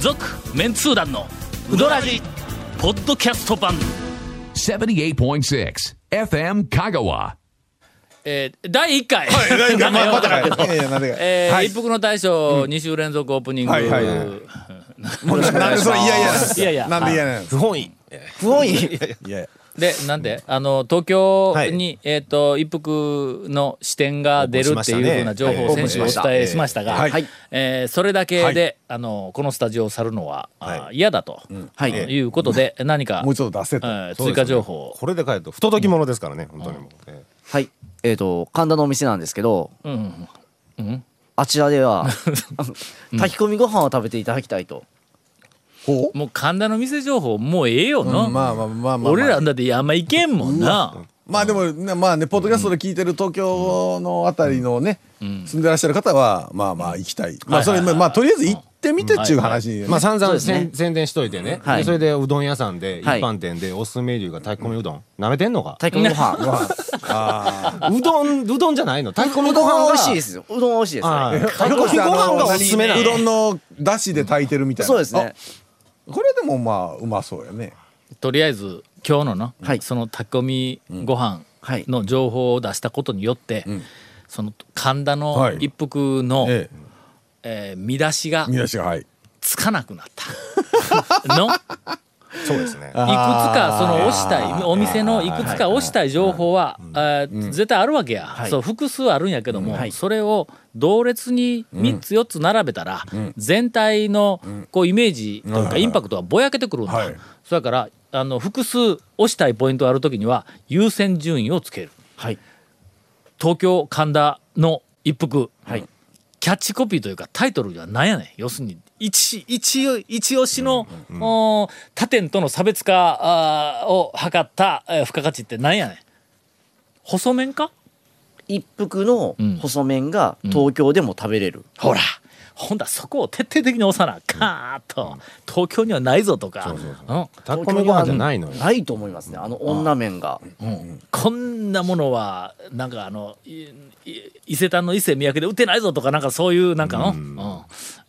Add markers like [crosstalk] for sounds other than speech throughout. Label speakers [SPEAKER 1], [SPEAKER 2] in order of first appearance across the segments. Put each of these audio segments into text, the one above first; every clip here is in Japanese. [SPEAKER 1] 続メンツー団のウドラジポッドキャスト版
[SPEAKER 2] 78.6 FM Kagawa.
[SPEAKER 1] えー第1回、
[SPEAKER 3] はい、
[SPEAKER 1] [laughs] なんかよくわからんけど
[SPEAKER 3] いやいやなんでか
[SPEAKER 1] えー
[SPEAKER 3] はい
[SPEAKER 1] 一服の大将2週連続オープニング、
[SPEAKER 3] はいはいはいなんでそれ、いやいや、
[SPEAKER 1] いやいや
[SPEAKER 3] なんで嫌なんですか。
[SPEAKER 4] 不本意
[SPEAKER 1] でなんであの東京に、
[SPEAKER 4] はい
[SPEAKER 1] えっ、と一服の支店が出るっていうふうな情報を
[SPEAKER 4] オー
[SPEAKER 1] 先
[SPEAKER 4] プンし
[SPEAKER 1] 週お
[SPEAKER 4] ま
[SPEAKER 1] 伝
[SPEAKER 4] した
[SPEAKER 1] えしましたが、
[SPEAKER 3] はい
[SPEAKER 4] はい
[SPEAKER 1] えーそれだけで、
[SPEAKER 3] は
[SPEAKER 1] あのこのスタジオを去るのは、あー
[SPEAKER 4] は
[SPEAKER 1] 嫌だと、
[SPEAKER 4] はい
[SPEAKER 1] い、うことで何か
[SPEAKER 3] もうちょっと出せ
[SPEAKER 1] え
[SPEAKER 3] と。
[SPEAKER 1] ー追加情報を
[SPEAKER 5] これで帰ると不届き者ですからね、本当にもう、え
[SPEAKER 4] はいえっ、と神田のお店なんですけど、
[SPEAKER 1] ん
[SPEAKER 4] あちらではあの [laughs] 炊き込みご飯を食べていただきたいと、
[SPEAKER 3] ほ
[SPEAKER 1] もう神田の店情報もうええよ
[SPEAKER 3] う。ま
[SPEAKER 1] な、
[SPEAKER 3] あまあまあまあまあ。
[SPEAKER 1] 俺らだって山行けんもんな
[SPEAKER 3] まあでもね、まあね、ポッドキャストで聞いてる東京のあたりのね、住んでらっしゃる方は、まあまあ行きたい。まあそれ、まあまあとりあえず行ってみてっていう話。
[SPEAKER 5] まあ散
[SPEAKER 4] そう
[SPEAKER 5] 々、
[SPEAKER 4] ですね
[SPEAKER 5] 宣宣伝しといてね、
[SPEAKER 4] はい
[SPEAKER 5] でそれでうどん屋さんで、
[SPEAKER 4] はい
[SPEAKER 5] 一般店でおすすめ流が炊き込みうどんなめてんのか
[SPEAKER 4] 炊き込みご飯
[SPEAKER 5] [laughs] うどんうどんじゃないの炊き込み
[SPEAKER 4] う
[SPEAKER 5] ご
[SPEAKER 4] ど
[SPEAKER 5] 飯
[SPEAKER 4] んは
[SPEAKER 5] が
[SPEAKER 4] 美味しいですようどんは美味しいです
[SPEAKER 5] あ
[SPEAKER 4] ね
[SPEAKER 5] あ炊き込みご飯がおすすめなの
[SPEAKER 3] うどんの出汁で炊いてるみたいな。
[SPEAKER 4] そうですね
[SPEAKER 3] あ。これでもまあうまそうやね。
[SPEAKER 1] とりあえず今日のな、
[SPEAKER 4] はい
[SPEAKER 1] その炊き込みご飯
[SPEAKER 4] はい
[SPEAKER 1] の情報を出したことによって、その神田の
[SPEAKER 3] はい
[SPEAKER 1] 一服の、
[SPEAKER 3] ええ。
[SPEAKER 1] えー見出しが
[SPEAKER 3] 見出しが [laughs] はい。
[SPEAKER 1] つかなくなった。
[SPEAKER 3] [laughs]
[SPEAKER 1] のいくつ
[SPEAKER 5] [laughs] そうですね
[SPEAKER 1] かその押したいお店のいくつか押したい情報は、えー絶対あるわけや、
[SPEAKER 4] い
[SPEAKER 1] そう複数あるんやけども、
[SPEAKER 4] はい
[SPEAKER 1] それを同列に3つ4つ並べたら、全体のこうイメージというかインパクトはぼやけてくるんだ、
[SPEAKER 3] はい
[SPEAKER 1] それからあの複数押したいポイントがある時には優先順位をつける
[SPEAKER 4] はい
[SPEAKER 1] 東京神田の一服
[SPEAKER 4] はい
[SPEAKER 1] キャッチコピーというかタイトルがなんやねん要するに一一一押しの、おー他店との差別化あーを図った、えー付加価値ってなんやねん細麺か
[SPEAKER 4] 一服の細麺が東京でも食べれる、
[SPEAKER 1] ほらほんだそこを徹底的に押さなカーッと、東京にはないぞとかうん
[SPEAKER 5] 炊き込みご飯じゃないのよ
[SPEAKER 4] ないと思いますねあの女麺が、
[SPEAKER 1] こんなものはなんかあのいい伊勢丹の伊勢三宅で打てないぞとかなんかそういうなんかの、うん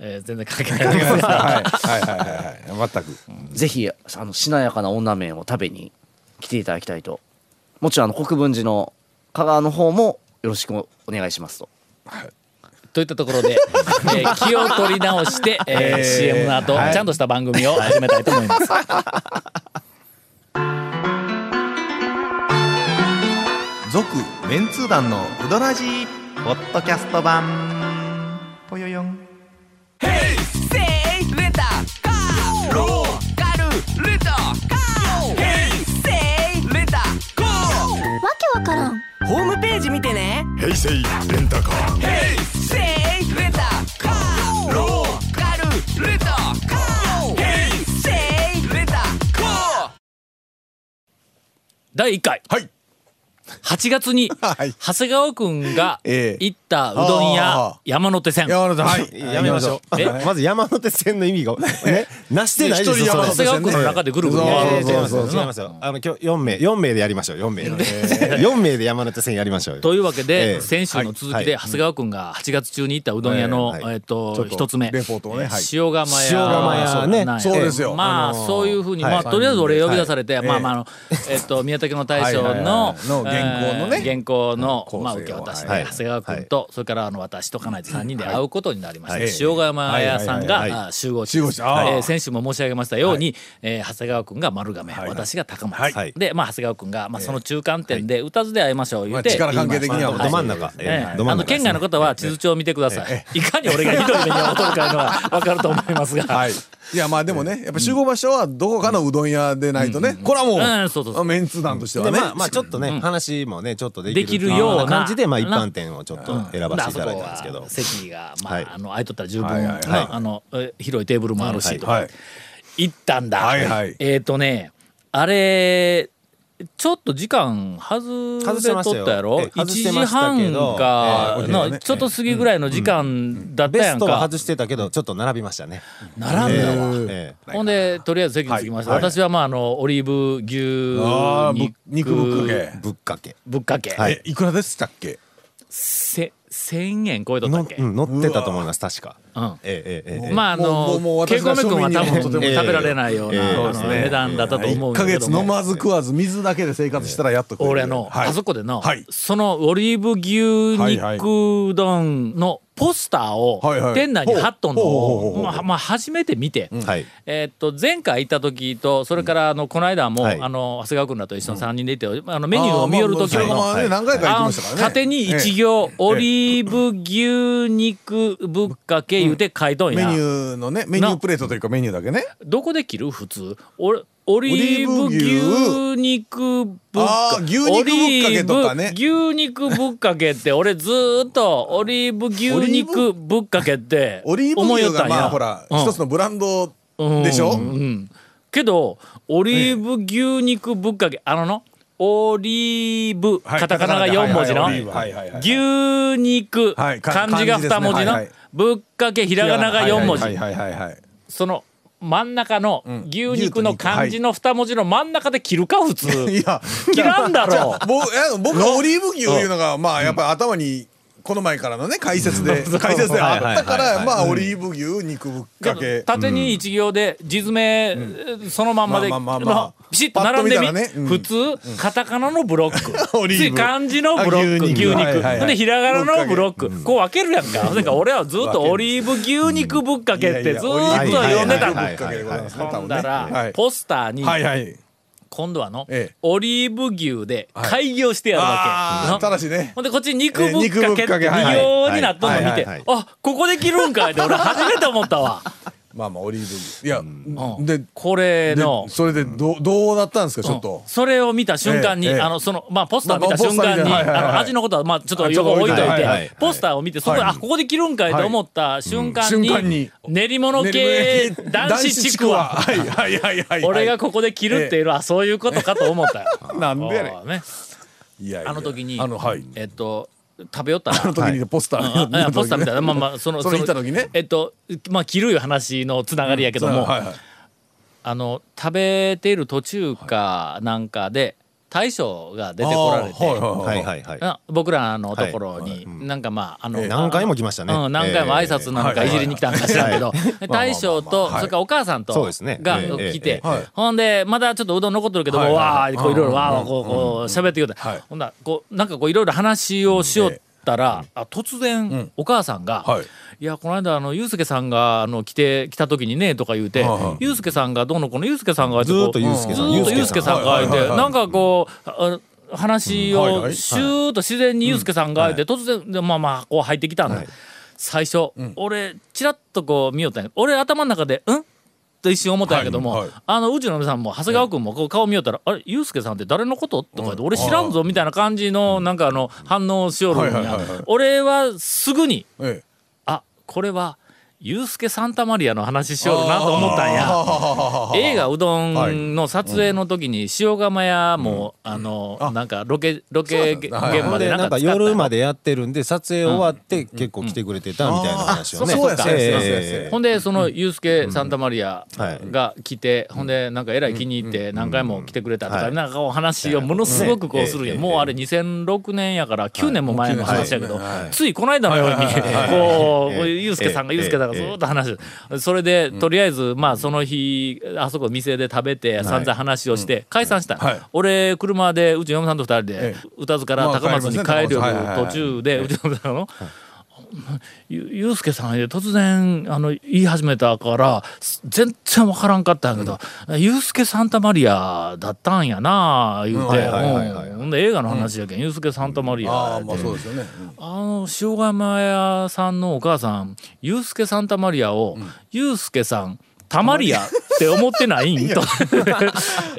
[SPEAKER 1] えー全然関係ないです
[SPEAKER 3] はいはいはいはいはい。全く。
[SPEAKER 4] ぜひあのしなやかな女麺を食べに来ていただきたいともちろんあの国分寺の香川の方もよろしくお願いしますと
[SPEAKER 1] といったところ
[SPEAKER 3] [laughs]
[SPEAKER 1] で、えー気を取り直して、えー CM の後、ちゃんとした番組を始めたいと思います。
[SPEAKER 3] 続
[SPEAKER 6] メンツー団のウドラジーポッドキャスト版ぽよよん
[SPEAKER 7] わけわからん
[SPEAKER 8] ホームページ見てね
[SPEAKER 1] 第1回。
[SPEAKER 3] はい
[SPEAKER 1] 8月に、
[SPEAKER 3] はい
[SPEAKER 1] 長谷川くんが
[SPEAKER 3] ええ
[SPEAKER 1] 行ったうどん
[SPEAKER 3] あ
[SPEAKER 1] 屋
[SPEAKER 3] あ
[SPEAKER 1] 山手線。長
[SPEAKER 3] 山田さんはい。
[SPEAKER 5] やめましょう
[SPEAKER 1] え
[SPEAKER 5] はい [laughs] まず山手線の意味がねなしてないです
[SPEAKER 3] 一人
[SPEAKER 5] よ
[SPEAKER 3] 山
[SPEAKER 5] そ
[SPEAKER 3] 手
[SPEAKER 5] れ
[SPEAKER 1] 谷
[SPEAKER 3] 線
[SPEAKER 1] 川くんの中でぐるぐる
[SPEAKER 3] そう
[SPEAKER 1] 回る
[SPEAKER 5] いやいや違います
[SPEAKER 3] そうそうそう
[SPEAKER 5] 違いますよあの今日四名四名でやりましょう四名で四名で山手線やりましょうよ
[SPEAKER 1] というわけで、
[SPEAKER 5] ええ
[SPEAKER 1] 先週の続き
[SPEAKER 5] はい
[SPEAKER 1] で、
[SPEAKER 5] はい
[SPEAKER 1] 長谷川くんが8月中に行ったうどん屋の、
[SPEAKER 5] ええはい
[SPEAKER 1] えっと、
[SPEAKER 3] っと
[SPEAKER 1] 一つ目。
[SPEAKER 3] レポートをねはい
[SPEAKER 1] 塩釜屋。
[SPEAKER 5] 塩釜屋ね
[SPEAKER 1] なんや
[SPEAKER 3] そうですよ
[SPEAKER 1] まあ、
[SPEAKER 5] あのー
[SPEAKER 1] そういうふうに、
[SPEAKER 5] はい
[SPEAKER 1] まあ、とりあえず俺呼び出されて、
[SPEAKER 3] はい
[SPEAKER 1] まあまあ、あの、えっ
[SPEAKER 3] [laughs]
[SPEAKER 1] と、宮崎の大将の、
[SPEAKER 3] はいはいはいの
[SPEAKER 1] えー
[SPEAKER 3] 原稿のね
[SPEAKER 1] 原稿の、
[SPEAKER 3] うん
[SPEAKER 1] まあ、
[SPEAKER 3] 構
[SPEAKER 1] 受
[SPEAKER 3] 成
[SPEAKER 1] け
[SPEAKER 3] を
[SPEAKER 1] 渡しで、
[SPEAKER 5] はい
[SPEAKER 1] 長谷川くんと、それから、あの、私と金井3人で会うことになりまして、
[SPEAKER 3] はい
[SPEAKER 1] 塩釜屋さんが、
[SPEAKER 5] はいはいはい
[SPEAKER 1] あ集合し
[SPEAKER 3] 集合しあー
[SPEAKER 1] えー先週も申し上げましたように、えー長谷川くんが丸亀、私が高松。
[SPEAKER 5] はい
[SPEAKER 1] で、まあ、長谷川くんが、まあ、その中間点で、歌ずで会いましょう、言うて。
[SPEAKER 3] まあ力関係的には
[SPEAKER 5] ど真ん中え
[SPEAKER 1] え
[SPEAKER 5] え
[SPEAKER 1] え
[SPEAKER 5] ど真
[SPEAKER 1] あ
[SPEAKER 5] ん
[SPEAKER 1] の
[SPEAKER 5] 中
[SPEAKER 1] 県外の方は地図帳を見てください、いかに俺がひどい目に遭うとるかいうのは分かると思いますが、
[SPEAKER 3] はい。いやまあでもね、やっぱ集合場所はどこかのうどん屋でないとね、これはも
[SPEAKER 1] う
[SPEAKER 3] うん
[SPEAKER 1] そうそうそう
[SPEAKER 3] メンツ団としては
[SPEAKER 5] で
[SPEAKER 3] ね。
[SPEAKER 5] まあまあちょっとね、話もねちょっとできる
[SPEAKER 1] できるような
[SPEAKER 5] 感じでまあ一般店をちょっと選ばせて
[SPEAKER 1] あ
[SPEAKER 5] い
[SPEAKER 1] そ
[SPEAKER 5] た
[SPEAKER 1] こ
[SPEAKER 5] だいたんですけど
[SPEAKER 1] は席が、まあ
[SPEAKER 5] はい
[SPEAKER 1] あの空いとったら十分、
[SPEAKER 3] はいはい
[SPEAKER 5] はい
[SPEAKER 1] なあのえ広いテーブルもあるし、と
[SPEAKER 3] はいはい
[SPEAKER 1] 行ったんだ、
[SPEAKER 3] はいはい
[SPEAKER 1] えっ、とねあれちょっと時間外
[SPEAKER 5] 外して
[SPEAKER 1] れ
[SPEAKER 5] ま
[SPEAKER 1] と
[SPEAKER 5] し
[SPEAKER 1] った
[SPEAKER 5] よ
[SPEAKER 1] たやろ
[SPEAKER 5] ええ
[SPEAKER 1] 1
[SPEAKER 5] 外して
[SPEAKER 1] 時
[SPEAKER 5] ましたけ
[SPEAKER 1] 半
[SPEAKER 5] ど
[SPEAKER 1] か
[SPEAKER 3] ええ
[SPEAKER 1] のちょっと過ぎぐらいの時間だった
[SPEAKER 5] ベ
[SPEAKER 1] や
[SPEAKER 5] ス
[SPEAKER 1] ん
[SPEAKER 5] トは
[SPEAKER 1] か
[SPEAKER 5] 外してたけどちょっと並びましたね。
[SPEAKER 1] 並んだわ、
[SPEAKER 5] ええ
[SPEAKER 1] ほんでとりあえず席に着きました、
[SPEAKER 3] はいはい
[SPEAKER 1] 私はまああのオリーブ牛
[SPEAKER 3] あーぶ
[SPEAKER 1] 肉
[SPEAKER 3] 肉ぶっかけ。
[SPEAKER 5] ぶっかけ。
[SPEAKER 1] ぶっかけ、
[SPEAKER 5] はい
[SPEAKER 3] えいくらでしたっけ？
[SPEAKER 1] せ1000円超えとったっ
[SPEAKER 5] の
[SPEAKER 1] け、
[SPEAKER 5] うん乗ってたと思います確か
[SPEAKER 1] うん
[SPEAKER 5] ええええええ
[SPEAKER 1] まああ
[SPEAKER 3] もうもうも
[SPEAKER 1] の
[SPEAKER 3] う
[SPEAKER 1] 稽古目君は多分
[SPEAKER 3] 私が庶民
[SPEAKER 1] 食
[SPEAKER 3] にはとても
[SPEAKER 1] べられないような、
[SPEAKER 5] ええ
[SPEAKER 1] あの
[SPEAKER 5] そうですね
[SPEAKER 1] 値段だったと思うん
[SPEAKER 3] 1
[SPEAKER 1] だ
[SPEAKER 3] ヶ
[SPEAKER 1] けど
[SPEAKER 3] 月
[SPEAKER 1] も
[SPEAKER 3] 飲まず食わず水だけで生活したらやっと食える
[SPEAKER 1] 俺の、
[SPEAKER 3] はい
[SPEAKER 1] あそこでの、
[SPEAKER 3] はい
[SPEAKER 1] そのオリーブ
[SPEAKER 3] は
[SPEAKER 1] 牛
[SPEAKER 3] いは
[SPEAKER 1] 肉丼のポスターを
[SPEAKER 3] はいはい
[SPEAKER 1] 店内に貼っとんの
[SPEAKER 3] ほうほうほうほ
[SPEAKER 1] を
[SPEAKER 3] う
[SPEAKER 1] まあまあ初めて見て、
[SPEAKER 5] はい
[SPEAKER 1] えーっと前回行った時とそれからあのこの間も、
[SPEAKER 5] はい
[SPEAKER 1] あの長谷川君らと一緒に3人で行って、あのメニューを見よる時
[SPEAKER 3] あーま
[SPEAKER 1] の。
[SPEAKER 3] あまあそのままね何回か行きましたからね
[SPEAKER 1] 縦に一行、オリーブ牛肉ぶっかけ言うて書いとん
[SPEAKER 3] メ
[SPEAKER 1] や、
[SPEAKER 3] ニューのねメニュープレートというかメニューだけね
[SPEAKER 1] どこで切る普通オリオリーブ
[SPEAKER 3] オリー
[SPEAKER 1] 牛肉ぶっ
[SPEAKER 3] あ
[SPEAKER 1] か
[SPEAKER 3] ー牛肉ぶっかけとかね
[SPEAKER 1] オリーブ牛肉ぶっかけって俺ずーっとオリーブ牛肉ぶっかけって
[SPEAKER 3] [laughs] オリーブ
[SPEAKER 1] 思いよっ
[SPEAKER 3] 油
[SPEAKER 1] た
[SPEAKER 3] が
[SPEAKER 1] んや
[SPEAKER 3] まあほら
[SPEAKER 1] うん
[SPEAKER 3] 一つのブランドでしょ
[SPEAKER 1] うんうんけどオリーブ牛肉ぶっかけあののオリーブ
[SPEAKER 3] はい
[SPEAKER 1] カタカナが4文字の
[SPEAKER 3] はいはいはいはい
[SPEAKER 1] 牛肉
[SPEAKER 3] はいか
[SPEAKER 1] 漢字が2文字
[SPEAKER 3] 漢字
[SPEAKER 1] の
[SPEAKER 3] ですね
[SPEAKER 1] ぶっかけひらがなが4文字
[SPEAKER 3] はいはいはいはいはい
[SPEAKER 1] その真ん中の
[SPEAKER 3] ん
[SPEAKER 1] 牛肉の漢字の二文字の真ん中で切るか普通
[SPEAKER 3] いや
[SPEAKER 1] 切らんだろう
[SPEAKER 3] 僕え僕はオリーブ牛いうのがまあやっぱり頭にこの前からのね解説で解説であったか
[SPEAKER 5] はいはいはいは
[SPEAKER 3] ら
[SPEAKER 5] い
[SPEAKER 3] まあオリーブ牛肉ぶっかけ
[SPEAKER 1] 縦に一行で字詰めそのまんまで
[SPEAKER 3] まあまあまあまあ
[SPEAKER 1] まあピシッと並んでみ
[SPEAKER 3] パッと見たらねうん
[SPEAKER 1] 普通カタカナのブロッ
[SPEAKER 3] [laughs] オ
[SPEAKER 1] ク
[SPEAKER 3] リーブ
[SPEAKER 1] 次漢字のブロック
[SPEAKER 3] あ
[SPEAKER 1] 牛
[SPEAKER 3] 牛
[SPEAKER 1] 肉
[SPEAKER 3] 肉はいはいはい
[SPEAKER 1] ほんでひらがなのブロックこう分けるやんかほんで俺はずっとオリーブ牛肉ぶっかけってず
[SPEAKER 3] いや
[SPEAKER 1] ーっ
[SPEAKER 3] い
[SPEAKER 1] と
[SPEAKER 3] や
[SPEAKER 1] 呼んでた
[SPEAKER 3] オリーブ牛肉ぶっかけでございますね多
[SPEAKER 1] ほん
[SPEAKER 3] 分
[SPEAKER 1] だ
[SPEAKER 3] ねは
[SPEAKER 1] ら
[SPEAKER 3] い
[SPEAKER 1] ポスターに
[SPEAKER 3] はいはい
[SPEAKER 1] 今度はの
[SPEAKER 3] ええ
[SPEAKER 1] オリーブ牛で開業してやるわ
[SPEAKER 3] あ
[SPEAKER 1] け
[SPEAKER 3] ー
[SPEAKER 1] の
[SPEAKER 3] ただしね
[SPEAKER 1] ほんでこっち肉ぶっ
[SPEAKER 3] え
[SPEAKER 1] か
[SPEAKER 3] 肉ぶ
[SPEAKER 1] けっ
[SPEAKER 3] ってかけはい
[SPEAKER 1] 二行になっとんの見
[SPEAKER 5] はい
[SPEAKER 1] て、
[SPEAKER 5] はいはい
[SPEAKER 1] あここで切るんかいって俺初めて思った
[SPEAKER 3] [laughs]
[SPEAKER 1] わ。
[SPEAKER 3] まあまあオリーブ牛いや
[SPEAKER 1] うん
[SPEAKER 3] で
[SPEAKER 1] これ
[SPEAKER 3] で
[SPEAKER 1] の
[SPEAKER 3] それでどうどうだったんですかちょっと
[SPEAKER 1] それを見た瞬間に、
[SPEAKER 3] ええええ
[SPEAKER 1] あのそのまあポスター見た
[SPEAKER 3] まあ
[SPEAKER 1] 瞬間に、
[SPEAKER 3] ポスター見てはいはい
[SPEAKER 1] あ
[SPEAKER 3] はい
[SPEAKER 1] の味のことはまあちょっと
[SPEAKER 3] あちょっ
[SPEAKER 1] 横
[SPEAKER 3] と
[SPEAKER 1] 置いといて、
[SPEAKER 5] はいはいはい
[SPEAKER 1] ポスターを見てそこで、
[SPEAKER 3] はい
[SPEAKER 1] あここで切るんかいと思った瞬間に,、
[SPEAKER 3] はいうん瞬間に
[SPEAKER 1] 練り物系男子地区は
[SPEAKER 3] 男子地区ははいはいはいはい
[SPEAKER 1] 俺がここで切るっていうのはそういうことかと思ったよ。
[SPEAKER 3] [laughs] なんでやねん
[SPEAKER 1] あーね
[SPEAKER 3] いやいや
[SPEAKER 1] あの時に
[SPEAKER 3] あのはい
[SPEAKER 1] えっと食べよったら
[SPEAKER 3] あの時にポスター
[SPEAKER 1] うんうんポスターみたいな、まあ
[SPEAKER 3] [laughs]
[SPEAKER 1] まあ、その、
[SPEAKER 3] それ行った時ね
[SPEAKER 1] えっと、まあ、切るいう話のつながりやけども、
[SPEAKER 3] はいはい
[SPEAKER 1] あの、食べている途中かなんかで、大将が出てこられて、
[SPEAKER 3] あーはいはいは
[SPEAKER 5] はいいはいはい
[SPEAKER 1] な僕らのところに、なんかまあ、あの、
[SPEAKER 5] 何回も来ましたね
[SPEAKER 1] うん、何回も挨拶なんかいじりに来たんか知らんけど、で大将と、それからお母さんと、
[SPEAKER 5] そうですね
[SPEAKER 1] が
[SPEAKER 5] ええええ
[SPEAKER 1] 来て
[SPEAKER 3] はい、
[SPEAKER 1] ほんで、まだちょっとうどん残ってるけど、
[SPEAKER 3] はいはい
[SPEAKER 1] わー、こういろいろわー、こう、こう、喋ってくれて
[SPEAKER 3] はい、
[SPEAKER 1] ほんだらこう、なんかこう、いろいろ話をしよったら、あ突然
[SPEAKER 3] ん、
[SPEAKER 1] お母さんが
[SPEAKER 3] はい、
[SPEAKER 1] いや、この間、あの、ゆうすけさんが、あの、来て、来た時にね、とか言うて
[SPEAKER 3] はいはい、
[SPEAKER 1] ゆうすけさんがどうのこうの、ゆうすけさんが、
[SPEAKER 5] ずーっと
[SPEAKER 1] こう
[SPEAKER 5] ユースケ
[SPEAKER 1] ず
[SPEAKER 5] さん
[SPEAKER 1] ーっとユースケさんがいて、
[SPEAKER 3] はいはいはい
[SPEAKER 1] なんかこう、あ話
[SPEAKER 3] うんはい
[SPEAKER 1] を
[SPEAKER 3] はい
[SPEAKER 1] シューッと自然にユースケさんがいて、突然、でまあまあ、こう入ってきたの。最初、俺、ちらっとこう見よったんや俺頭の中で、んと一瞬思ったんやけども、
[SPEAKER 3] はいはい
[SPEAKER 1] あの、うちの嫁さんも、長谷川君もこう顔見よったら、あれ、ユースケさんって誰のこととか言って、俺知らんぞ、みたいな感じの、なんかあの、反応をしよるんや、
[SPEAKER 3] はいはいはいはい
[SPEAKER 1] 俺はすぐに、
[SPEAKER 3] ええ
[SPEAKER 1] あ、これは、ユースケ・サンタマリアの話しよるなと思ったんや。映画「うどん」の撮影の時に塩釜屋も、あの、なんかロケロケ現
[SPEAKER 3] はいはい
[SPEAKER 5] ほ
[SPEAKER 1] 場
[SPEAKER 5] ん
[SPEAKER 1] で
[SPEAKER 5] で
[SPEAKER 1] な
[SPEAKER 5] なんん
[SPEAKER 1] か
[SPEAKER 5] か
[SPEAKER 1] 使った
[SPEAKER 5] 夜までやってるんで撮影終わって結構来てくれてたみたいな話をね
[SPEAKER 3] あそうやそうやそうやそうや
[SPEAKER 5] ええ
[SPEAKER 1] ほんでそのユースケ・サンタマリア
[SPEAKER 5] はい
[SPEAKER 1] が来て、ほんでなんかえらい気に入って何回も来てくれたとか、
[SPEAKER 5] はい
[SPEAKER 1] なんかお話をものすごくこうするんや、
[SPEAKER 5] ええ
[SPEAKER 1] もうあれ2006年やから9年も前の話やけど、
[SPEAKER 3] はいもう9年
[SPEAKER 1] ついこの間のように、こう、
[SPEAKER 5] ええ
[SPEAKER 1] ユースケさんが、
[SPEAKER 5] ええ
[SPEAKER 1] ユースケさんがずっと話して、それでとりあえずまあその日あそこ店で食べて散々話をして、解散した、
[SPEAKER 3] はい
[SPEAKER 1] 俺車でうちの嫁さんと二人で、
[SPEAKER 3] ええ
[SPEAKER 1] 宇多津から
[SPEAKER 3] まあ
[SPEAKER 1] 高松に帰る
[SPEAKER 3] 帰りますね高松はいはいはい
[SPEAKER 1] 途中で、うちの嫁さんがのゆゆうすけさんへ突然あの言い始めたからす全然わからんかったんやけど、ゆうすけサンタマリアだったんやなあ言うて、
[SPEAKER 3] うん
[SPEAKER 5] はいはいはいはい
[SPEAKER 1] うんほんで映画の話やけん、ゆうすけサンタマリア
[SPEAKER 3] ああ
[SPEAKER 1] や
[SPEAKER 3] まあ
[SPEAKER 1] て
[SPEAKER 3] そうですよね
[SPEAKER 1] あの塩釜屋さんのお母さんゆうすけサンタマリアを、ゆうすけさんたまりやって思ってないん [laughs] とそん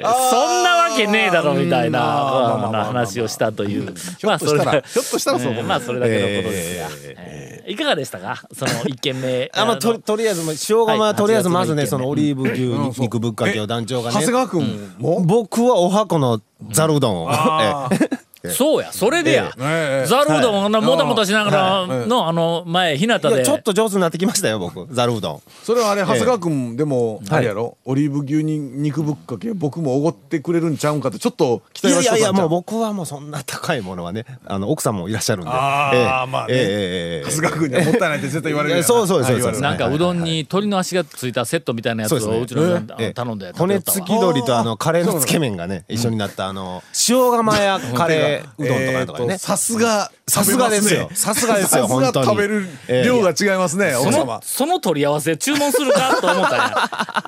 [SPEAKER 1] なわけねえだろみたい
[SPEAKER 3] あー
[SPEAKER 1] な
[SPEAKER 3] まあまあまあまあまあ
[SPEAKER 1] 話をしたという
[SPEAKER 3] ひょっとし
[SPEAKER 1] まあそれ
[SPEAKER 3] たら
[SPEAKER 1] が
[SPEAKER 3] ひょっとしたらそう
[SPEAKER 1] え
[SPEAKER 3] か
[SPEAKER 1] ー
[SPEAKER 3] も
[SPEAKER 1] まあそれだけのことですが
[SPEAKER 5] え、
[SPEAKER 1] えーいかがでしたかその一軒目
[SPEAKER 3] [laughs]
[SPEAKER 5] あまあ、とりとりあえずまあ塩釜
[SPEAKER 1] はい
[SPEAKER 5] はとりあえずまずね
[SPEAKER 1] 八月
[SPEAKER 5] そ
[SPEAKER 1] の
[SPEAKER 5] のオリーブ牛肉肉ぶっかけを団長が
[SPEAKER 3] 長
[SPEAKER 5] ね
[SPEAKER 3] 谷川君も
[SPEAKER 5] 僕はおはこのざるうどんを、ええ
[SPEAKER 1] そうやそれでや、
[SPEAKER 3] ええええ
[SPEAKER 1] ざるうどんあんな
[SPEAKER 3] はい
[SPEAKER 1] もたもたしながら
[SPEAKER 3] はい
[SPEAKER 1] の、あの前日向
[SPEAKER 5] い
[SPEAKER 1] で
[SPEAKER 5] やちょっと上手になってきましたよ僕ざるうどん
[SPEAKER 3] それはあれ長谷川君でもあれやろオリーブ牛に肉ぶっかけ僕もおごってくれるんちゃうんかってちょっと期
[SPEAKER 5] い
[SPEAKER 3] 待
[SPEAKER 5] や
[SPEAKER 3] はいしと
[SPEAKER 5] や
[SPEAKER 3] った
[SPEAKER 5] いや
[SPEAKER 3] んちゃ
[SPEAKER 5] も
[SPEAKER 3] う
[SPEAKER 5] う僕はもうそんな高いものはねあの奥さんもいらっしゃるんで
[SPEAKER 3] あーまあね
[SPEAKER 5] ええええええ
[SPEAKER 3] 長谷川君にはもったいないって絶対言われるやん
[SPEAKER 5] いやそうそうそ
[SPEAKER 3] はい
[SPEAKER 5] う
[SPEAKER 3] 言われる
[SPEAKER 1] なんかうどんに鶏の足がついたセットみたいなやつ
[SPEAKER 5] そうですね
[SPEAKER 1] をうちの嫁が
[SPEAKER 5] ええ
[SPEAKER 1] 頼んで食べ
[SPEAKER 5] 骨
[SPEAKER 1] よったわ
[SPEAKER 5] 付き鶏とあのカレーのつけ麺がね一緒になったあの塩釜やカレーうどんとかなんとか
[SPEAKER 3] えー
[SPEAKER 5] ね
[SPEAKER 3] とさすが
[SPEAKER 5] さすがですよさすがですよ
[SPEAKER 3] さすが
[SPEAKER 5] 本当に
[SPEAKER 3] 食べる量が違いますね
[SPEAKER 1] そ
[SPEAKER 3] 奥
[SPEAKER 1] の
[SPEAKER 3] 様
[SPEAKER 1] その取り合わせ注文するかと思ったんや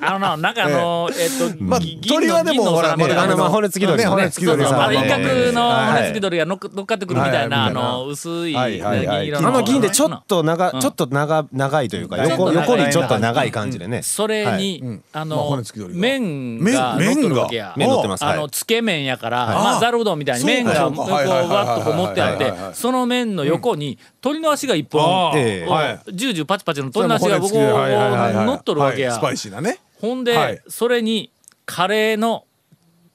[SPEAKER 3] [laughs]
[SPEAKER 1] あのなんかあのえっと
[SPEAKER 3] まあ
[SPEAKER 1] ぎ銀
[SPEAKER 3] 鳥
[SPEAKER 1] の
[SPEAKER 3] はで
[SPEAKER 1] 銀の
[SPEAKER 3] もほ
[SPEAKER 1] お
[SPEAKER 3] ら
[SPEAKER 1] 皿みたいな
[SPEAKER 5] あのまあ骨付き鶏のね
[SPEAKER 3] ね骨
[SPEAKER 1] そう
[SPEAKER 3] 付き
[SPEAKER 1] そう
[SPEAKER 3] 鳥さん
[SPEAKER 1] あの
[SPEAKER 5] え
[SPEAKER 1] 一角
[SPEAKER 5] え
[SPEAKER 1] の骨付き
[SPEAKER 5] はい
[SPEAKER 1] 鳥がのっ乗っかってくるみたいな
[SPEAKER 3] は
[SPEAKER 1] あ
[SPEAKER 3] いみたいな
[SPEAKER 1] の薄いね
[SPEAKER 5] はいはいは
[SPEAKER 1] 銀
[SPEAKER 5] い
[SPEAKER 1] 色
[SPEAKER 5] あ
[SPEAKER 1] の
[SPEAKER 5] の銀でちょっと
[SPEAKER 1] う
[SPEAKER 5] 長
[SPEAKER 1] ん
[SPEAKER 5] ちょっと長長いというか
[SPEAKER 1] ちょっと長
[SPEAKER 5] 横
[SPEAKER 1] い
[SPEAKER 5] 横にちょっと長い感じでね
[SPEAKER 1] それ
[SPEAKER 5] はい
[SPEAKER 1] に、あ
[SPEAKER 3] まあ
[SPEAKER 1] の
[SPEAKER 3] 骨付き、鳥が
[SPEAKER 1] 麺が
[SPEAKER 3] 麺
[SPEAKER 1] 麺
[SPEAKER 3] 麺が
[SPEAKER 1] がわけや
[SPEAKER 5] 麺乗ってます
[SPEAKER 1] あ
[SPEAKER 5] は
[SPEAKER 1] の
[SPEAKER 5] い
[SPEAKER 1] つけ麺やから、
[SPEAKER 3] い
[SPEAKER 1] ま
[SPEAKER 3] あ
[SPEAKER 1] あざるうどんみたいに
[SPEAKER 3] そうか
[SPEAKER 1] 麺が
[SPEAKER 3] そう
[SPEAKER 1] こ
[SPEAKER 3] か
[SPEAKER 1] う
[SPEAKER 3] はいはいはいはい
[SPEAKER 1] わっとこう持ってあっ
[SPEAKER 3] は
[SPEAKER 1] て
[SPEAKER 3] いはいはい
[SPEAKER 1] その麺の横に鳥の足が一本、
[SPEAKER 3] あー
[SPEAKER 5] ええ
[SPEAKER 3] はい
[SPEAKER 1] おジュージュパチパチの鳥の足が僕を
[SPEAKER 3] それも骨付き鳥はいはいはいはい
[SPEAKER 1] 乗っとるわけや、
[SPEAKER 3] はいスパイシーなね
[SPEAKER 1] ほんで、
[SPEAKER 3] はい
[SPEAKER 1] それにカレーの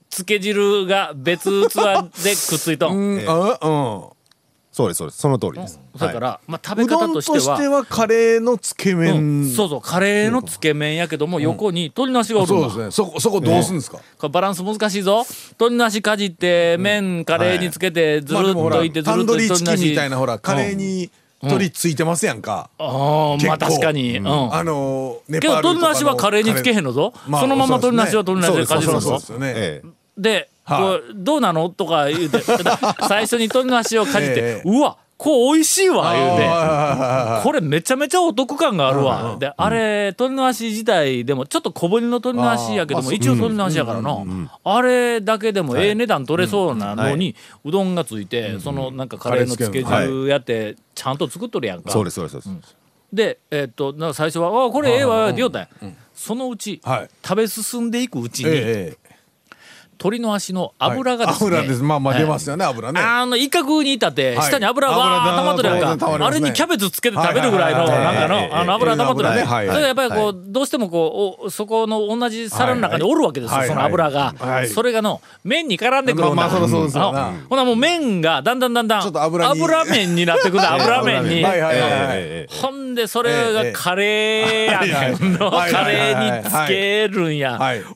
[SPEAKER 1] つけ汁が別器でくっついと
[SPEAKER 3] うんんあうん
[SPEAKER 5] そうですそうですその通りです
[SPEAKER 1] だから、
[SPEAKER 5] は
[SPEAKER 1] まあ、食べ
[SPEAKER 3] うど
[SPEAKER 1] 方
[SPEAKER 3] ん
[SPEAKER 1] と
[SPEAKER 3] と
[SPEAKER 1] しては
[SPEAKER 3] してはカレーのつけ
[SPEAKER 1] うん、
[SPEAKER 3] 麺
[SPEAKER 1] そうそうカレーのつけ麺やけども横に鳥の足がおるんだ、
[SPEAKER 3] そうですねそこそこどうすんですか
[SPEAKER 1] これバランス難しいぞ鳥の足かじって麺カレーにつけてず
[SPEAKER 3] まあ
[SPEAKER 1] る
[SPEAKER 3] で
[SPEAKER 1] っ
[SPEAKER 3] もほ
[SPEAKER 1] と
[SPEAKER 3] ら
[SPEAKER 1] いってず
[SPEAKER 3] タ
[SPEAKER 1] るっ
[SPEAKER 3] ン
[SPEAKER 1] と
[SPEAKER 3] ド
[SPEAKER 1] い
[SPEAKER 3] リ
[SPEAKER 1] って
[SPEAKER 3] ーチキンみたいなほ
[SPEAKER 1] う
[SPEAKER 3] ら
[SPEAKER 1] ん
[SPEAKER 3] カレーに鳥ついてますやんか
[SPEAKER 1] ああまあ
[SPEAKER 3] 結構
[SPEAKER 1] 確かに、うん
[SPEAKER 3] あのネ
[SPEAKER 1] け
[SPEAKER 3] パー
[SPEAKER 1] ど
[SPEAKER 3] ルと
[SPEAKER 1] 鳥の
[SPEAKER 3] か
[SPEAKER 1] 足はカレーにつけへんのぞ、そのまま鳥の足は鳥の足でかじるの
[SPEAKER 3] そ
[SPEAKER 1] ぞ
[SPEAKER 3] うですそうですよね
[SPEAKER 5] ええ
[SPEAKER 1] で、
[SPEAKER 3] は
[SPEAKER 1] こ
[SPEAKER 3] い
[SPEAKER 1] うどうなのとか言うて [laughs] 最初に鳥の足をかじって
[SPEAKER 3] ええ
[SPEAKER 1] うわこう美味しいわ言うて。
[SPEAKER 3] あー
[SPEAKER 1] これめちゃめちゃお得感があるわ。で、あれ、鳥の足自体でも、ちょっと小ぶりの鳥の足やけど
[SPEAKER 3] あーま
[SPEAKER 1] も、
[SPEAKER 3] あ
[SPEAKER 1] 一応鳥の足やからな。あれだけでもええ値段取れそうなのに、うどんがついて、そのなんかカレーのつけ汁やって、ちゃんと作っとるやんか
[SPEAKER 5] そう。ですそうですそうです
[SPEAKER 1] で、えっと、な最初は、あーこれええわ、って言おうたんやそのうち
[SPEAKER 3] はい、
[SPEAKER 1] 食べ進んでいくうちに、
[SPEAKER 3] ええええ
[SPEAKER 1] 鳥の足の油がですね。
[SPEAKER 3] 油ですまあまあ
[SPEAKER 1] はい
[SPEAKER 3] 出ますよね油ね
[SPEAKER 1] あの威嚇に至って
[SPEAKER 3] はい
[SPEAKER 1] 下に油わー溜まっとるやん
[SPEAKER 3] 油が溜まり
[SPEAKER 1] か
[SPEAKER 3] ま
[SPEAKER 1] あ
[SPEAKER 3] すね
[SPEAKER 1] れにキャベツつけて食べるぐらいの
[SPEAKER 3] はいはい
[SPEAKER 1] な
[SPEAKER 3] は
[SPEAKER 1] ん
[SPEAKER 3] い
[SPEAKER 1] か
[SPEAKER 5] はい
[SPEAKER 1] のあの油が溜まっとるやん
[SPEAKER 3] はい
[SPEAKER 1] それがやっぱりこうどうしてもこうおそこの同じ皿の中におるわけですよ
[SPEAKER 3] はいはい
[SPEAKER 1] その油が
[SPEAKER 3] はい
[SPEAKER 1] それがの麺に絡んでくるんだ
[SPEAKER 3] まあまあそりゃそうですよな
[SPEAKER 1] あほなもう麺がだんだんだんだん
[SPEAKER 3] ちょっと油に
[SPEAKER 1] 麺になってくる油麺に
[SPEAKER 3] はいはいはいはい
[SPEAKER 5] ええええええ
[SPEAKER 1] ほんでそれ
[SPEAKER 3] え
[SPEAKER 1] が
[SPEAKER 3] え
[SPEAKER 1] カレーやねんのカ
[SPEAKER 3] はいはい
[SPEAKER 1] レ
[SPEAKER 3] はい
[SPEAKER 1] ーにつけるんや
[SPEAKER 3] はいう
[SPEAKER 1] ー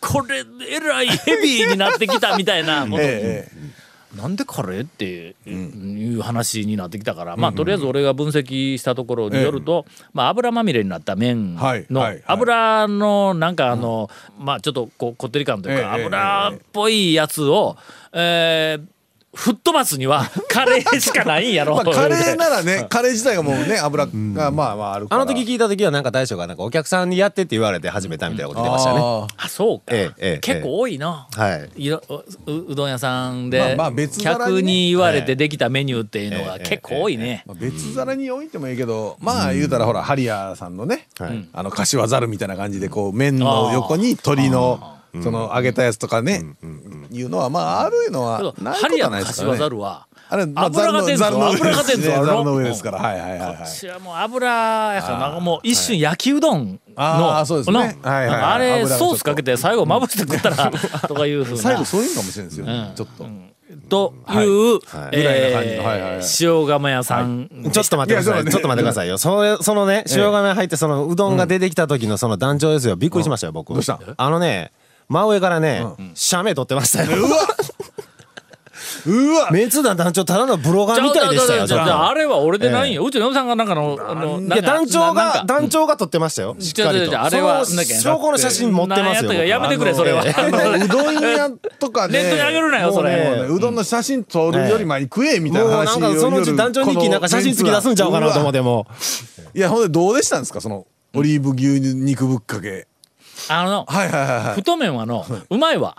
[SPEAKER 1] これえらいヘビーになってきたみたいなこと
[SPEAKER 3] えええ
[SPEAKER 1] なんでカレーっていう話になってきたから、まあとりあえず俺が分析したところによると、まあ油まみれになった麺
[SPEAKER 3] はい
[SPEAKER 1] の
[SPEAKER 3] はいはい
[SPEAKER 1] 油のなんかあの、まあちょっとこうこってり感というか、
[SPEAKER 3] ええええ
[SPEAKER 1] 油っぽいやつを、えー吹っ飛ばすには [laughs] カレーしかないんやろ。
[SPEAKER 3] まあカレーならねカレー自体がもうね油がまあまああるか
[SPEAKER 5] あ
[SPEAKER 3] ら
[SPEAKER 5] の時聞いた時はなんか大将がなんかお客さんにやってって言われて始めたみたいなこと言ってましたね
[SPEAKER 3] あー
[SPEAKER 1] あそうか、
[SPEAKER 5] ええええ
[SPEAKER 1] 結構多いな。
[SPEAKER 5] はい
[SPEAKER 1] いろううどん屋さん
[SPEAKER 3] まあ
[SPEAKER 1] で
[SPEAKER 3] まあ別皿にね
[SPEAKER 1] 客に言われてできたメニューっていうの
[SPEAKER 5] え
[SPEAKER 1] が
[SPEAKER 5] え
[SPEAKER 1] 結構多いね。
[SPEAKER 3] まあ別皿に置いてもいいけどまあ言うたらほらハリアーさんのね
[SPEAKER 5] はい
[SPEAKER 3] あの柏ざるみたいな感じでこう麺の横に鶏のその揚げたやつとかねいうのはまああるのは
[SPEAKER 1] けど
[SPEAKER 3] ない
[SPEAKER 1] ハ
[SPEAKER 3] こ
[SPEAKER 1] リ
[SPEAKER 3] と
[SPEAKER 1] アの
[SPEAKER 3] はないですか
[SPEAKER 1] 柏
[SPEAKER 3] ら
[SPEAKER 1] ざ
[SPEAKER 3] ね
[SPEAKER 1] るは
[SPEAKER 3] あれまあざ
[SPEAKER 1] 油
[SPEAKER 3] る
[SPEAKER 1] が
[SPEAKER 3] の
[SPEAKER 1] 出ん
[SPEAKER 3] ざる
[SPEAKER 1] ぞ
[SPEAKER 3] の上
[SPEAKER 1] 油
[SPEAKER 3] で
[SPEAKER 1] が出
[SPEAKER 3] す
[SPEAKER 1] ん
[SPEAKER 3] ね
[SPEAKER 1] ぞ
[SPEAKER 3] ざるの上
[SPEAKER 1] うん
[SPEAKER 3] ですからはいはいはいはい
[SPEAKER 1] 私はもう油やからなんかもう一瞬焼きうどんの
[SPEAKER 3] あーそうですね
[SPEAKER 1] の
[SPEAKER 3] はいはいはい
[SPEAKER 1] あれ
[SPEAKER 3] 油がちょっと
[SPEAKER 1] ソースかけて最後まぶして食ったらとかいうふう
[SPEAKER 3] 最後
[SPEAKER 1] な
[SPEAKER 3] そういうのかもしれないですよねちょっと
[SPEAKER 1] という
[SPEAKER 3] ぐらいな感じ
[SPEAKER 1] え
[SPEAKER 3] のはいはいはい
[SPEAKER 1] ー塩釜屋さん
[SPEAKER 5] ちょっと待っ
[SPEAKER 3] いや
[SPEAKER 5] てくださ
[SPEAKER 3] そ
[SPEAKER 5] い。
[SPEAKER 3] うね
[SPEAKER 5] ちょっと待ってくだ
[SPEAKER 3] [laughs]
[SPEAKER 5] さいよ。それそのね、塩釜入って、そのうどんが出てきた時のその団長ですよ。びっくりしましたよ、僕。
[SPEAKER 3] どうした
[SPEAKER 5] あのね、真上からね、写メ撮ってましたよ。
[SPEAKER 3] うわ
[SPEAKER 5] メンツ団団長、ただのブロガーみたいでしたよ、
[SPEAKER 1] じ
[SPEAKER 5] ち
[SPEAKER 1] ゃ
[SPEAKER 5] ょ
[SPEAKER 1] あ
[SPEAKER 5] っ
[SPEAKER 1] じゃああ
[SPEAKER 5] と。
[SPEAKER 1] れは俺でないようちの嫁さんがなんかのあの
[SPEAKER 5] いや、団長が、団長が撮ってましたよ。しっかり
[SPEAKER 1] じゃ
[SPEAKER 5] と。
[SPEAKER 1] ああれは
[SPEAKER 5] そ
[SPEAKER 1] な
[SPEAKER 5] の
[SPEAKER 1] んだっけ
[SPEAKER 5] 証拠の写真持ってます
[SPEAKER 1] なんやった
[SPEAKER 5] よ。
[SPEAKER 1] かやめてくれそれは
[SPEAKER 5] あの
[SPEAKER 3] うどん屋とか
[SPEAKER 1] ネットに上げるなよそれ
[SPEAKER 3] もうねうどんの写真撮るより前に食えみたい
[SPEAKER 5] もう
[SPEAKER 3] な
[SPEAKER 5] なん
[SPEAKER 3] 話
[SPEAKER 5] かそのうち団長日記なんか写真付き出すんちゃうかなと思ってても
[SPEAKER 3] いやほんでどうでしたんですかそのオリーブ牛肉ぶっかけ
[SPEAKER 1] あの
[SPEAKER 3] はいはいはいはい
[SPEAKER 1] 太麺はの、うまい
[SPEAKER 3] [laughs]
[SPEAKER 1] わ。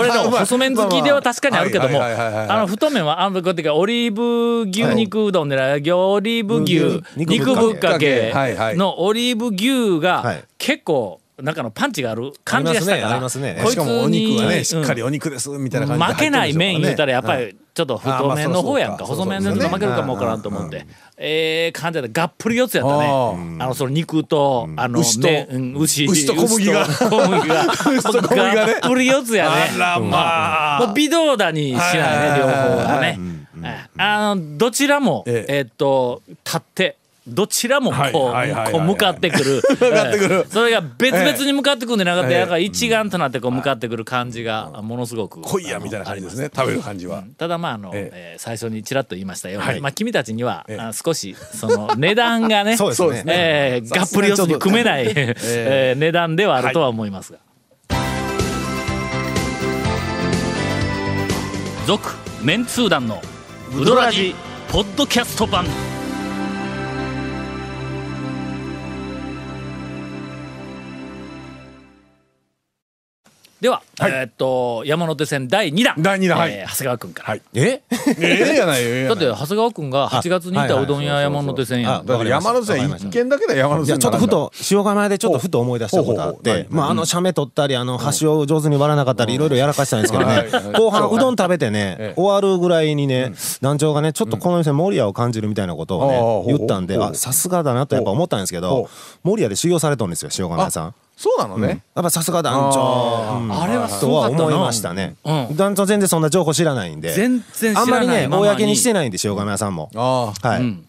[SPEAKER 1] 俺の
[SPEAKER 3] うまい
[SPEAKER 1] 細麺好きでは確かにあるけども、
[SPEAKER 3] はいはいはいはいはい
[SPEAKER 1] あの太麺は、あの、こうやってかオリーブ牛肉うどんでない、オリーブ牛
[SPEAKER 5] 牛
[SPEAKER 1] 肉
[SPEAKER 5] 肉
[SPEAKER 1] ぶ
[SPEAKER 5] ぶ
[SPEAKER 1] っ
[SPEAKER 5] っ
[SPEAKER 1] か
[SPEAKER 3] かけ
[SPEAKER 1] け
[SPEAKER 3] はいはい
[SPEAKER 1] のオリーブ牛
[SPEAKER 5] は
[SPEAKER 1] が
[SPEAKER 5] い
[SPEAKER 1] 結構、中のパンチがある感じがしたから
[SPEAKER 5] ありますねあります
[SPEAKER 1] こい
[SPEAKER 3] し
[SPEAKER 5] ね
[SPEAKER 1] つ
[SPEAKER 3] かもお肉は
[SPEAKER 1] に
[SPEAKER 3] ねしっかり
[SPEAKER 1] うん
[SPEAKER 3] お肉ですみたいな感じで
[SPEAKER 1] 負けない麺言うたらやっぱ
[SPEAKER 3] はい
[SPEAKER 1] りちょっと太麺の方やんか
[SPEAKER 3] あまあそ
[SPEAKER 1] 細
[SPEAKER 3] うそうか
[SPEAKER 1] 麺の
[SPEAKER 3] そうそう
[SPEAKER 1] 負けるかもわからんと思ってええ感じでがっぷり四つやったね
[SPEAKER 3] あ
[SPEAKER 1] あのその肉とあの
[SPEAKER 3] 牛と
[SPEAKER 1] ねうん牛
[SPEAKER 3] 牛と小麦が
[SPEAKER 1] 牛と小麦
[SPEAKER 3] [laughs]
[SPEAKER 1] が
[SPEAKER 3] と小麦がね
[SPEAKER 1] っぷり四つやね
[SPEAKER 3] あらまあ
[SPEAKER 1] もう微動だにしないね
[SPEAKER 3] はい
[SPEAKER 1] 両
[SPEAKER 3] はいはい
[SPEAKER 1] 方がねはいあのどちらも
[SPEAKER 3] ええ
[SPEAKER 1] えっと立ってどちらも
[SPEAKER 3] はい
[SPEAKER 1] こ
[SPEAKER 3] はいうはいはい
[SPEAKER 1] こう向かってくる
[SPEAKER 3] [laughs] 向かってくる
[SPEAKER 1] ええそれが別々に向かってくるんでなかった
[SPEAKER 3] ええ
[SPEAKER 1] やから一丸となってこう向かってくる感じがものすごく
[SPEAKER 3] 濃いやみたいな感じですね食べる感じは
[SPEAKER 1] ただまああの、
[SPEAKER 3] え
[SPEAKER 1] えー最初にちらっと言いましたよ、う
[SPEAKER 3] は
[SPEAKER 1] に
[SPEAKER 3] い
[SPEAKER 1] まあ、君たちには、
[SPEAKER 3] ええ
[SPEAKER 1] あ少しその値段が
[SPEAKER 3] [laughs]
[SPEAKER 1] ね
[SPEAKER 5] そうですね
[SPEAKER 1] えーがっぷり四つに組め [laughs] ない、えー値段ではあるとは思いますが「続、メンツー団のウドラジポッドキャスト版」では、えーっと山手線第2弾
[SPEAKER 3] 第二弾はい
[SPEAKER 1] ー長谷川君から、
[SPEAKER 3] はい
[SPEAKER 5] え
[SPEAKER 3] ええやないえ
[SPEAKER 1] だ
[SPEAKER 3] えや
[SPEAKER 1] っ
[SPEAKER 3] な
[SPEAKER 1] て
[SPEAKER 3] い
[SPEAKER 1] 長谷川君が8月に行ったうどん屋山手線やん
[SPEAKER 5] あ
[SPEAKER 3] だから山手線一軒だけで山手
[SPEAKER 5] いや
[SPEAKER 3] 線
[SPEAKER 5] ちょっとふと塩釜でちょっとふと思い出したことあっ
[SPEAKER 3] ほうほうほう
[SPEAKER 5] て
[SPEAKER 3] 何
[SPEAKER 5] まああのシャメ取ったりあの箸を上手に割らなかったりいろいろやらかしたんですけど
[SPEAKER 3] は
[SPEAKER 5] ね
[SPEAKER 3] いはい
[SPEAKER 5] 後半うどん食べて
[SPEAKER 3] え
[SPEAKER 5] ね
[SPEAKER 3] え
[SPEAKER 5] 終わるぐらいにね団長がねちょっとこの店守屋を感じるみたいなこと
[SPEAKER 3] ああほ
[SPEAKER 5] を
[SPEAKER 3] うほ
[SPEAKER 5] ね
[SPEAKER 3] う
[SPEAKER 5] 言ったんで
[SPEAKER 3] ほう
[SPEAKER 5] あさすがだなとやっぱ思ったんですけ
[SPEAKER 3] ほう
[SPEAKER 5] ど守屋で修行されとんですよ塩釜さんや
[SPEAKER 3] そうなのね
[SPEAKER 5] っぱさすが団長
[SPEAKER 3] あ
[SPEAKER 5] うん
[SPEAKER 1] あれはす
[SPEAKER 5] と
[SPEAKER 1] ご
[SPEAKER 5] は
[SPEAKER 1] かったな
[SPEAKER 5] 思いましたね
[SPEAKER 1] うん
[SPEAKER 5] 団長全然そんな情報知らないんで
[SPEAKER 1] 全然知らない
[SPEAKER 5] あんまりね
[SPEAKER 1] ままに
[SPEAKER 5] 公にしてないんで塩釜屋さんも
[SPEAKER 3] あ
[SPEAKER 5] は
[SPEAKER 1] う
[SPEAKER 5] い
[SPEAKER 1] ん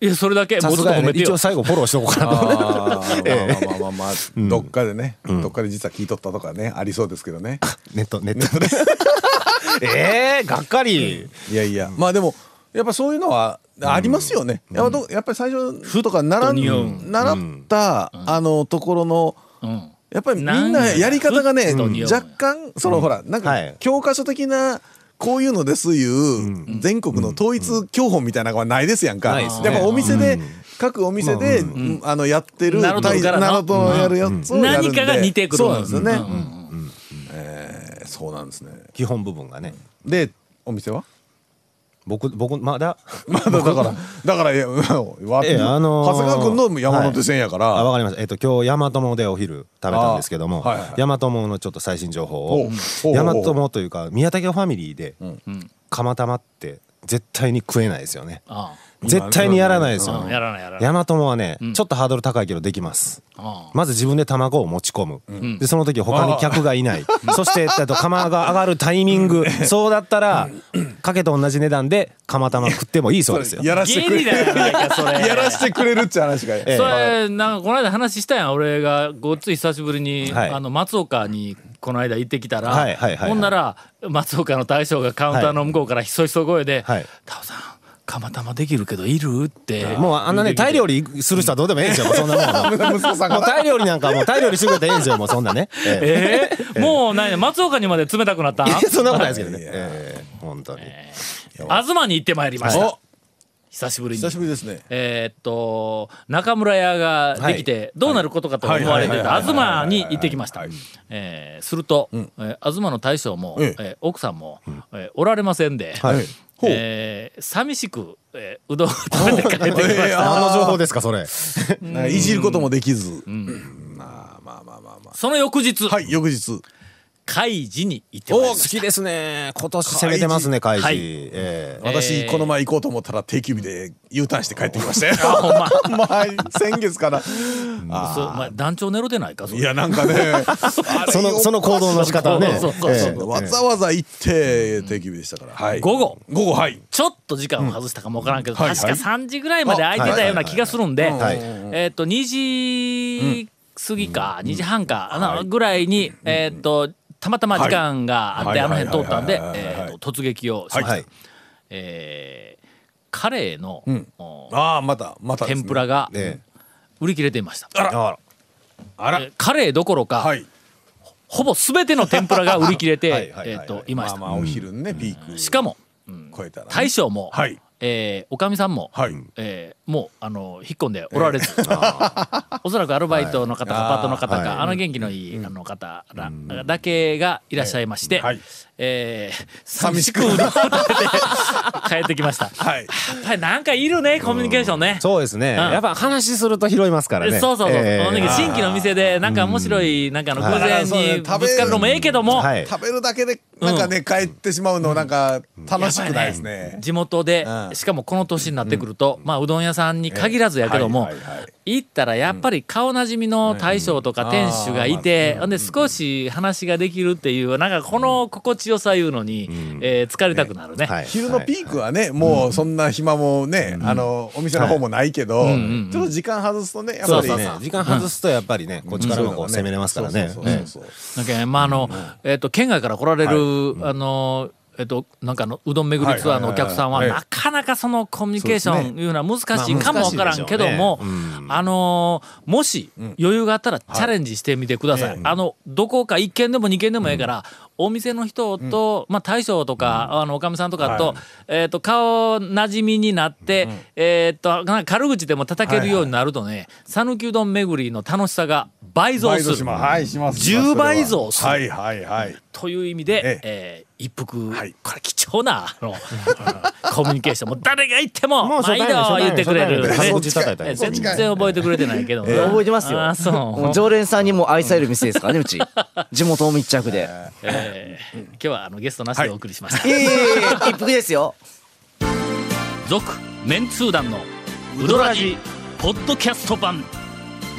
[SPEAKER 1] いやそれだけも
[SPEAKER 5] さ
[SPEAKER 1] うちょ
[SPEAKER 5] す
[SPEAKER 1] っと
[SPEAKER 5] がや
[SPEAKER 1] 褒
[SPEAKER 5] ね
[SPEAKER 1] めて
[SPEAKER 5] 一
[SPEAKER 1] よ
[SPEAKER 5] 応最後フォローしとこうかなと思って
[SPEAKER 3] あ [laughs] ーまあまあまあまあまあどっかでねどっかで実は聞いとったとかねありそうですけどね
[SPEAKER 5] ネットネットでええがっかり
[SPEAKER 3] いやいやまあでもやっぱそういうのはありますよね、やっぱどやっぱり最初とか習
[SPEAKER 1] 匂う
[SPEAKER 3] 習った、あのところの、
[SPEAKER 1] うん
[SPEAKER 3] やっぱりみ
[SPEAKER 1] なん
[SPEAKER 3] ん
[SPEAKER 1] や
[SPEAKER 3] なやり方がね
[SPEAKER 1] ふっと匂う
[SPEAKER 3] 若干その、ほらなん
[SPEAKER 5] はい
[SPEAKER 3] か教科書的なこういうのですいう、全国の統一教本みたいなのはないですやんか、
[SPEAKER 5] ない
[SPEAKER 3] や
[SPEAKER 5] で
[SPEAKER 3] っ
[SPEAKER 5] すね
[SPEAKER 3] ぱお店で、各お店で、うんあのやってる
[SPEAKER 1] なるほど
[SPEAKER 3] 大
[SPEAKER 1] からな
[SPEAKER 3] なるほどやるやつをやるんで
[SPEAKER 1] 何かが似てくる
[SPEAKER 3] そうなんですよね、
[SPEAKER 1] うんうん
[SPEAKER 3] えーそうなんですね
[SPEAKER 5] 基本部分がね
[SPEAKER 3] でお店は
[SPEAKER 5] 僕僕まだ
[SPEAKER 3] まだだから、だから、いや、わ、
[SPEAKER 5] ええあのー
[SPEAKER 3] 長谷川君の山手線やから。
[SPEAKER 5] あわかりましたえっと今日大和もでお昼食べたんですけども
[SPEAKER 3] あはいはい
[SPEAKER 5] 大和ものちょっと最新情報
[SPEAKER 3] お
[SPEAKER 5] を
[SPEAKER 3] うおう
[SPEAKER 5] 大和もというか宮武ファミリーで釜玉って絶対に食えないですよね
[SPEAKER 1] あ
[SPEAKER 5] 絶対にやらないですよ
[SPEAKER 1] あ
[SPEAKER 5] ね
[SPEAKER 1] やらないやらない
[SPEAKER 5] 大和もはねちょっとハードル高いけどできます
[SPEAKER 1] あ
[SPEAKER 5] まず自分で卵を持ち込む、でその時他に客がいない [laughs] そしてあと釜が上がるタイミングそうだったらかけと同じ値段で釜玉食ってもいいそうですよ
[SPEAKER 3] やらして
[SPEAKER 1] 芸
[SPEAKER 3] くれ
[SPEAKER 1] 人
[SPEAKER 3] る。
[SPEAKER 1] だよなんかそれ
[SPEAKER 3] やらしてくれるって話が。
[SPEAKER 5] え
[SPEAKER 1] それなんかこの間話したやん俺がごっつい久しぶりに、
[SPEAKER 5] はい
[SPEAKER 1] あの松岡にこの間行ってきたら、
[SPEAKER 5] はいはいはいはい
[SPEAKER 1] ほんなら松岡の大将がカウンターの向こうからひそひそ声で
[SPEAKER 5] はい
[SPEAKER 1] 「タオさん釜玉できるけどいる?」って
[SPEAKER 5] もうあんなねタイ料理する人はどうでもいいんですよもうそんなもんはもう
[SPEAKER 3] 息子さんが。
[SPEAKER 5] タイ料理なんかもうタイ料理してくれたらいいんですよもうそんなね、え
[SPEAKER 1] えー、もう何松岡にまで冷たくなったん
[SPEAKER 5] えそんなことないですけどね、ええ本当に、
[SPEAKER 1] 東に行ってまいりました、
[SPEAKER 3] お、
[SPEAKER 1] 久しぶりに
[SPEAKER 3] 久しぶりですね。
[SPEAKER 1] えーっと中村屋ができてどうなることかと思われてた
[SPEAKER 3] はいはいはいは
[SPEAKER 1] 東
[SPEAKER 3] い
[SPEAKER 1] に行ってきました
[SPEAKER 3] はい
[SPEAKER 1] えーすると、えー東の大将も、え
[SPEAKER 3] ええ
[SPEAKER 1] ー奥さんも、えーおられませんで、
[SPEAKER 5] はい
[SPEAKER 3] はいほう。
[SPEAKER 1] えー寂しく、えーうどんを食べて帰ってきまし
[SPEAKER 3] ええ
[SPEAKER 1] た
[SPEAKER 5] 何の情報ですかそれ
[SPEAKER 3] なんかいじることもできず。まあまあまあまあま
[SPEAKER 1] その翌日、
[SPEAKER 3] あ。はい、翌日。
[SPEAKER 1] 海事に行ってまいり
[SPEAKER 5] 好
[SPEAKER 1] ました
[SPEAKER 5] きですね今年攻めてますね開示、
[SPEAKER 1] は
[SPEAKER 5] はいええ
[SPEAKER 3] 私、この前行こうと思ったら定休日で U ターンして帰ってきましたよ。 [laughs] まあ、先月から。あ
[SPEAKER 1] そうまあ団長寝ろでないかそれ
[SPEAKER 3] いや、なんかね。
[SPEAKER 5] そのその行動の仕方はね
[SPEAKER 1] そうそうそうそう
[SPEAKER 5] [laughs] え
[SPEAKER 3] わ
[SPEAKER 5] え
[SPEAKER 3] ざわざ行って定休日でしたから。はい。
[SPEAKER 1] 午後
[SPEAKER 3] 午後、はい。
[SPEAKER 1] ちょっと時間を外したかもわからんけど、
[SPEAKER 3] うんはい
[SPEAKER 1] 確か
[SPEAKER 3] はい
[SPEAKER 1] 3時ぐらいまで空いてたような気がするんで、
[SPEAKER 5] はい
[SPEAKER 1] えーっと、2時過ぎか、2時半か、あのぐらいに、えーっと、たまたま時間があって、
[SPEAKER 3] はい
[SPEAKER 1] あの辺通ったんで、
[SPEAKER 3] はいはいはいはい
[SPEAKER 1] え
[SPEAKER 3] はい
[SPEAKER 1] ーっと、突撃をしました。
[SPEAKER 5] はい
[SPEAKER 1] えーカレーの、
[SPEAKER 3] ん
[SPEAKER 1] お
[SPEAKER 3] ああ、また、またですね。
[SPEAKER 1] 天ぷらが
[SPEAKER 5] え
[SPEAKER 1] 売り切れていました。
[SPEAKER 5] あら
[SPEAKER 3] あら
[SPEAKER 1] えーカレーどころか、
[SPEAKER 3] はい。
[SPEAKER 1] ほぼ全ての天ぷら
[SPEAKER 3] [laughs]
[SPEAKER 1] が売り切れて、
[SPEAKER 5] はいはいはい
[SPEAKER 1] えーっと、いました。
[SPEAKER 3] まあまあお昼ね、ピーク
[SPEAKER 1] しかも、
[SPEAKER 3] 超えたらね、
[SPEAKER 1] 大将も、
[SPEAKER 3] はい
[SPEAKER 1] えーおかみさんも、
[SPEAKER 3] はい
[SPEAKER 1] えーもうあの引っ込んでおられず、おそらくアルバイトの方か、パートの方か、あの元気のいい、あの方らだけがいらっしゃいまして、え
[SPEAKER 3] はい
[SPEAKER 1] えー、寂しくうどんを食べて [laughs] 帰ってきました。
[SPEAKER 3] はい
[SPEAKER 1] やっぱりなんかいるね、コミュニケーションね。
[SPEAKER 5] そうですね、
[SPEAKER 1] うん
[SPEAKER 5] やっぱ話すると拾いますからね
[SPEAKER 1] そうそうそう、
[SPEAKER 5] ええ
[SPEAKER 1] なんか新規の店でなんか面白いなんかあの偶
[SPEAKER 3] はい
[SPEAKER 1] 然にぶつかるのもええけども、
[SPEAKER 5] はい
[SPEAKER 3] 食べるだけでなんかね、帰ってしまうのなんか楽しくないですね。
[SPEAKER 1] 地元で、
[SPEAKER 3] うん
[SPEAKER 1] しかもこの年になってくると、まあうどん屋さんに限らずやけども、
[SPEAKER 3] はいはいはい
[SPEAKER 1] 行ったらやっぱり顔なじみの大将とか店主がいて、ほんで少し話ができるっていうなんかこの心地よさいうのに、えー疲れたくなるね。
[SPEAKER 5] はい
[SPEAKER 3] 昼のピークはね、もうそんな暇もね、あのお店の方もないけど、ちょっと時間外すとねやっ
[SPEAKER 5] そ
[SPEAKER 3] ぱ
[SPEAKER 5] うで
[SPEAKER 3] り
[SPEAKER 5] すね時間外すとやっぱりね、こっちからもこう攻めれますからね
[SPEAKER 3] そうそうそうそう
[SPEAKER 1] なんかねまああの、えっと県外から来られる、あのえっとなんかあのうどん巡りツアーのお客さんは
[SPEAKER 3] はいはいはい
[SPEAKER 1] なかなかそのコミュニケーシ
[SPEAKER 3] そう
[SPEAKER 1] ョ
[SPEAKER 3] です
[SPEAKER 1] ンいうのは難しいかもわからんけども、
[SPEAKER 5] まあ難しいでしょうね
[SPEAKER 1] あのーもし余裕があったらチャレンジしてみてください。あのどこか一軒でも二軒でもええから。お店の人と、まあ、大将とか、あのおかみさんとかと,、えっと顔なじみになって、えっとなんか軽口でも叩けるようになるとね讃岐、うどん巡りの楽しさが倍増
[SPEAKER 3] 倍
[SPEAKER 1] す
[SPEAKER 3] 増
[SPEAKER 1] る
[SPEAKER 3] しますはいしますします
[SPEAKER 1] 10倍増する
[SPEAKER 3] はいはいはい
[SPEAKER 1] という意味で、え
[SPEAKER 3] え
[SPEAKER 1] ー一服、
[SPEAKER 3] はい
[SPEAKER 1] これ貴重なあの [laughs] コミュニケーションもう誰が言っても
[SPEAKER 5] もう初
[SPEAKER 1] 毎
[SPEAKER 5] 対
[SPEAKER 1] 度
[SPEAKER 5] 面
[SPEAKER 1] 言ってくれる、
[SPEAKER 5] 初対面初対面
[SPEAKER 1] ね
[SPEAKER 5] 口叩いた
[SPEAKER 1] え
[SPEAKER 5] り
[SPEAKER 1] 全然覚えてくれてないけど、
[SPEAKER 4] いや覚えてますよ
[SPEAKER 1] あー
[SPEAKER 4] もう
[SPEAKER 1] そう、
[SPEAKER 4] 常連さんにも愛される店ですからね
[SPEAKER 1] [laughs]
[SPEAKER 4] うち地元密着で
[SPEAKER 1] えー今日はあのゲストなしでお送りしました
[SPEAKER 4] いやいやいや一服ですよ
[SPEAKER 1] 「続、メンツー団のウドラジポッドキャスト版」「